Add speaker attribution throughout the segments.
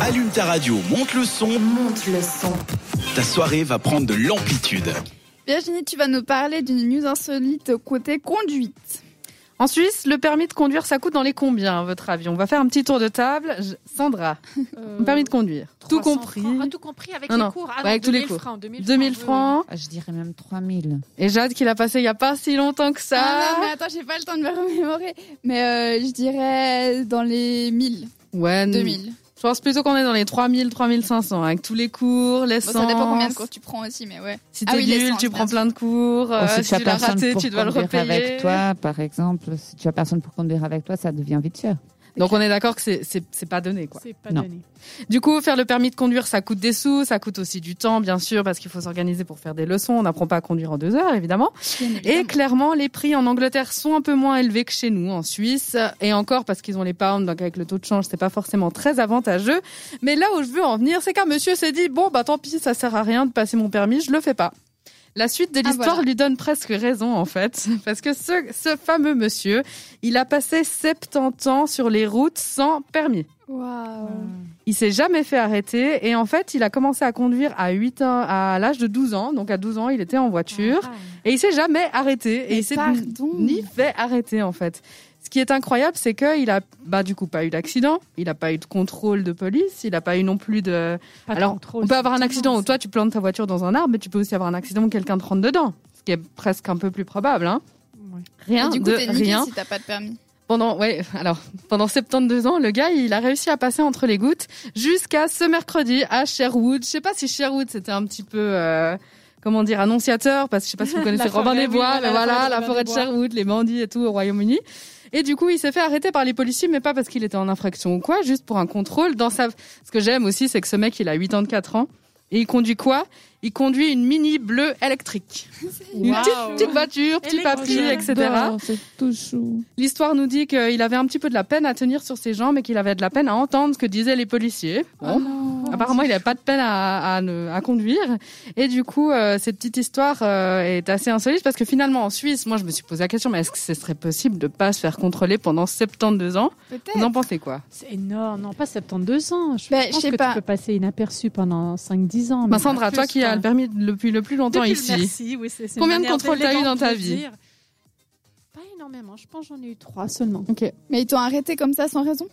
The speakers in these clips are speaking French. Speaker 1: Allume ta radio, monte le son,
Speaker 2: Monte le son.
Speaker 1: ta soirée va prendre de l'amplitude.
Speaker 3: Virginie, tu vas nous parler d'une news insolite côté conduite.
Speaker 4: En Suisse, le permis de conduire, ça coûte dans les combien, à votre avis On va faire un petit tour de table. Je- Sandra, le permis de conduire, tout
Speaker 5: 300
Speaker 4: compris,
Speaker 5: francs. Ah, tout compris avec
Speaker 4: Non,
Speaker 5: les
Speaker 4: non.
Speaker 5: cours. Ah
Speaker 4: Ouais,
Speaker 5: non,
Speaker 4: avec tous les
Speaker 5: 2000
Speaker 4: cours.
Speaker 5: francs, 2000,
Speaker 4: 2000
Speaker 5: oui,
Speaker 4: francs.
Speaker 6: Ah, Je dirais même 3000.
Speaker 4: Et Jade, qui l'a passé il n'y a pas si longtemps que ça.
Speaker 3: Ah non, mais attends, j'ai pas le temps de me remémorer. Mais euh, je dirais dans les 1000,
Speaker 4: Ouais, non.
Speaker 3: 2000.
Speaker 4: Je pense plutôt qu'on est dans les 3000, 3500, avec tous les cours,
Speaker 3: Bon,
Speaker 4: les sens.
Speaker 3: ça dépend combien de cours tu prends aussi, mais ouais.
Speaker 4: Si
Speaker 3: Ah
Speaker 4: t'es
Speaker 3: oui, les
Speaker 4: nul,
Speaker 3: sens,
Speaker 4: tu
Speaker 3: bien
Speaker 4: prends
Speaker 3: sûr.
Speaker 4: plein de cours. euh,
Speaker 6: Oh, si
Speaker 4: si
Speaker 6: tu as
Speaker 4: tu l'as
Speaker 6: personne
Speaker 4: raté,
Speaker 6: pour
Speaker 4: tu dois le
Speaker 6: conduire
Speaker 4: repayer.
Speaker 6: avec toi, par exemple, si tu as personne pour conduire avec toi, ça devient vite cher.
Speaker 4: Donc on est d'accord que c'est- c'est c'est pas donné, quoi.
Speaker 5: C'est pas
Speaker 6: Non.
Speaker 5: donné.
Speaker 4: Du coup, faire le permis de conduire, ça coûte des sous, ça coûte aussi du temps, bien sûr, parce qu'il faut s'organiser pour faire des leçons. On n'apprend pas à conduire en deux heures, évidemment. Et clairement, les prix en Angleterre sont un peu moins élevés que chez nous, en Suisse, et encore parce qu'ils ont les pounds, donc avec le taux de change, c'est pas forcément très avantageux. Mais là où je veux en venir, c'est qu'un monsieur s'est dit bon bah tant pis, ça sert à rien de passer mon permis, je le fais pas. La suite de
Speaker 3: Ah,
Speaker 4: l'histoire
Speaker 3: voilà.
Speaker 4: lui donne presque raison en fait, parce que ce, ce fameux monsieur, il a passé 70 ans sur les routes sans permis.
Speaker 3: Waouh.
Speaker 4: Il s'est jamais fait arrêter et en fait, il a commencé à conduire à 8 ans, à l'âge de 12 ans. Donc à 12 ans, il était en voiture
Speaker 5: Ah.
Speaker 4: et il s'est jamais arrêté et il s'est
Speaker 3: Pardon.
Speaker 4: ni fait arrêter en fait. Ce qui est incroyable, c'est qu'il a bah du coup pas eu d'accident, il a pas eu de contrôle de police, il a pas eu non plus de
Speaker 5: Pas de
Speaker 4: Alors,
Speaker 5: contrôle,
Speaker 4: on peut avoir un
Speaker 5: Oh, c'est
Speaker 4: accident où
Speaker 5: tellement-
Speaker 4: toi tu plantes ta voiture dans un arbre, mais tu peux aussi avoir un accident où quelqu'un te rentre dedans, ce qui est presque un peu plus probable hein.
Speaker 5: Ouais.
Speaker 4: Rien
Speaker 3: Et du coup,
Speaker 4: de
Speaker 3: t'es niqué
Speaker 4: rien.
Speaker 3: si t'as pas de permis.
Speaker 4: Pendant, ouais, alors, pendant 72 ans, le gars, il a réussi à passer entre les gouttes jusqu'à ce mercredi à Sherwood. Je sais pas si Sherwood, c'était un petit peu, euh, comment dire, annonciateur, parce que je sais pas si vous connaissez
Speaker 5: La
Speaker 4: Robin
Speaker 5: forêt,
Speaker 4: des
Speaker 5: oui,
Speaker 4: Bois,
Speaker 5: voilà,
Speaker 4: mais
Speaker 5: la
Speaker 4: voilà,
Speaker 5: forêt de
Speaker 4: la
Speaker 5: Robin
Speaker 4: forêt
Speaker 5: des
Speaker 4: de
Speaker 5: Bois.
Speaker 4: Sherwood, les bandits et tout au Royaume-Uni. Et du coup, il s'est fait arrêter par les policiers, mais pas parce qu'il était en infraction ou quoi, juste pour un contrôle dans sa, ce que j'aime aussi, c'est que ce mec, il a 84 ans. Et il conduit quoi? Il conduit une mini bleue électrique. Une petite,
Speaker 5: Waouh.
Speaker 4: petite voiture, petit papy,
Speaker 5: Électrique.
Speaker 4: etc.
Speaker 6: Oh, C'est tout chou.
Speaker 4: L'histoire nous dit qu'il avait un petit peu de la peine à tenir sur ses jambes et qu'il avait de la peine à entendre ce que disaient les policiers.
Speaker 3: Oh
Speaker 5: Ah.
Speaker 4: Bon. Apparemment, il n'avait pas de peine à, à ne- à conduire. Et du coup, euh, cette petite histoire euh, est assez insolite parce que finalement, en Suisse, moi, je me suis posé la question, mais est-ce que ce serait possible de pas se faire contrôler pendant 72 ans Vous
Speaker 3: Peut-être.
Speaker 4: en pensez quoi
Speaker 5: C'est énorme. Non, pas 72 ans. Je
Speaker 3: Ben, je
Speaker 5: pense
Speaker 3: sais
Speaker 5: que
Speaker 3: pas.
Speaker 5: tu peux passer inaperçu pendant 5-10 ans.
Speaker 4: Bah, Sandra, toi qui as le
Speaker 5: as
Speaker 4: permis depuis le plus longtemps ici.
Speaker 5: Merci, oui, c'est- c'est une
Speaker 4: Combien de
Speaker 5: manière
Speaker 4: contrôles t'as eu
Speaker 5: d'élégante
Speaker 4: dans ta
Speaker 5: de le
Speaker 4: vie
Speaker 5: dire. Pas énormément. Je pense que j'en ai eu 3 seulement.
Speaker 4: Ok.
Speaker 3: Mais ils t'ont arrêté comme ça sans raison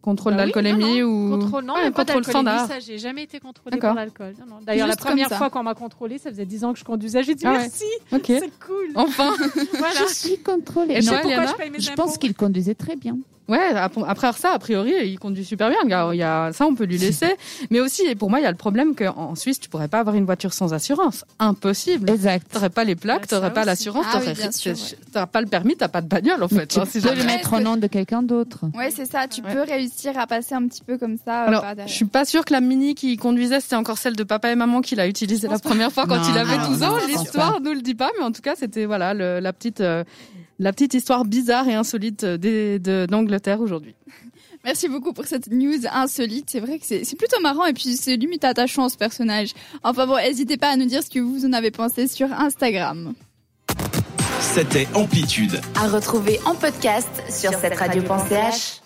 Speaker 4: Contrôle
Speaker 5: Bah oui,
Speaker 4: d'alcoolémie ou
Speaker 5: Contrôle, non,
Speaker 4: Ouais,
Speaker 5: mais pas
Speaker 4: contrôle
Speaker 5: d'alcoolémie,
Speaker 4: standard.
Speaker 5: Ça, j'ai jamais été contrôlée
Speaker 4: D'accord.
Speaker 5: par l'alcool. Non, non. D'ailleurs, la
Speaker 3: Juste comme
Speaker 5: première
Speaker 3: ça.
Speaker 5: fois qu'on m'a contrôlée, ça faisait 10 ans que je conduisais. J'ai dit
Speaker 4: Ah ouais.
Speaker 5: merci,
Speaker 4: Ok.
Speaker 5: c'est cool.
Speaker 4: Enfin.
Speaker 5: Voilà.
Speaker 6: Je suis contrôlée.
Speaker 4: Et
Speaker 6: Non,
Speaker 4: toi,
Speaker 5: pourquoi
Speaker 4: Eliana
Speaker 5: je paye mes
Speaker 6: je
Speaker 5: impôts.
Speaker 6: pense qu'il conduisait très bien.
Speaker 4: Ouais, ap- après ça, a priori, il conduit super bien, le gars. Il y a, ça, on peut lui laisser. Mais aussi, et pour moi, il y a le problème qu'en Suisse, tu pourrais pas avoir une voiture sans assurance. Impossible.
Speaker 6: Exact.
Speaker 4: T'aurais pas les plaques,
Speaker 5: Ah,
Speaker 4: t'aurais
Speaker 5: ça
Speaker 4: pas
Speaker 5: aussi.
Speaker 4: l'assurance,
Speaker 3: Ah oui,
Speaker 4: t'aurais
Speaker 3: bien sûr, ouais.
Speaker 4: t'auras pas le permis, t'as pas de bagnole, en fait.
Speaker 6: Tu
Speaker 4: hein, si
Speaker 6: peux
Speaker 4: jamais-
Speaker 6: le mettre au nom de quelqu'un d'autre.
Speaker 3: Ouais, c'est ça. Tu
Speaker 4: Ouais.
Speaker 3: peux réussir à passer un petit peu comme ça. euh,
Speaker 4: Alors,
Speaker 3: par derrière.
Speaker 4: je suis pas sûre que la mini qui conduisait, c'était encore celle de papa et maman qu'il a utilisée la première fois quand
Speaker 6: Non,
Speaker 4: il avait
Speaker 3: non,
Speaker 4: 12
Speaker 3: non,
Speaker 4: ans.
Speaker 3: je pense
Speaker 4: L'histoire nous le dit pas, mais en tout cas, c'était voilà le- la petite euh, la petite histoire bizarre et insolite euh, des- de- d'Angleterre aujourd'hui.
Speaker 3: Merci beaucoup pour cette news insolite. C'est vrai que c'est c'est plutôt marrant et puis c'est limite attachant ce personnage. Enfin bon, n'hésitez pas à nous dire ce que vous en avez pensé sur Instagram.
Speaker 1: C'était Amplitude.
Speaker 2: À retrouver en podcast sur cette radio.ch.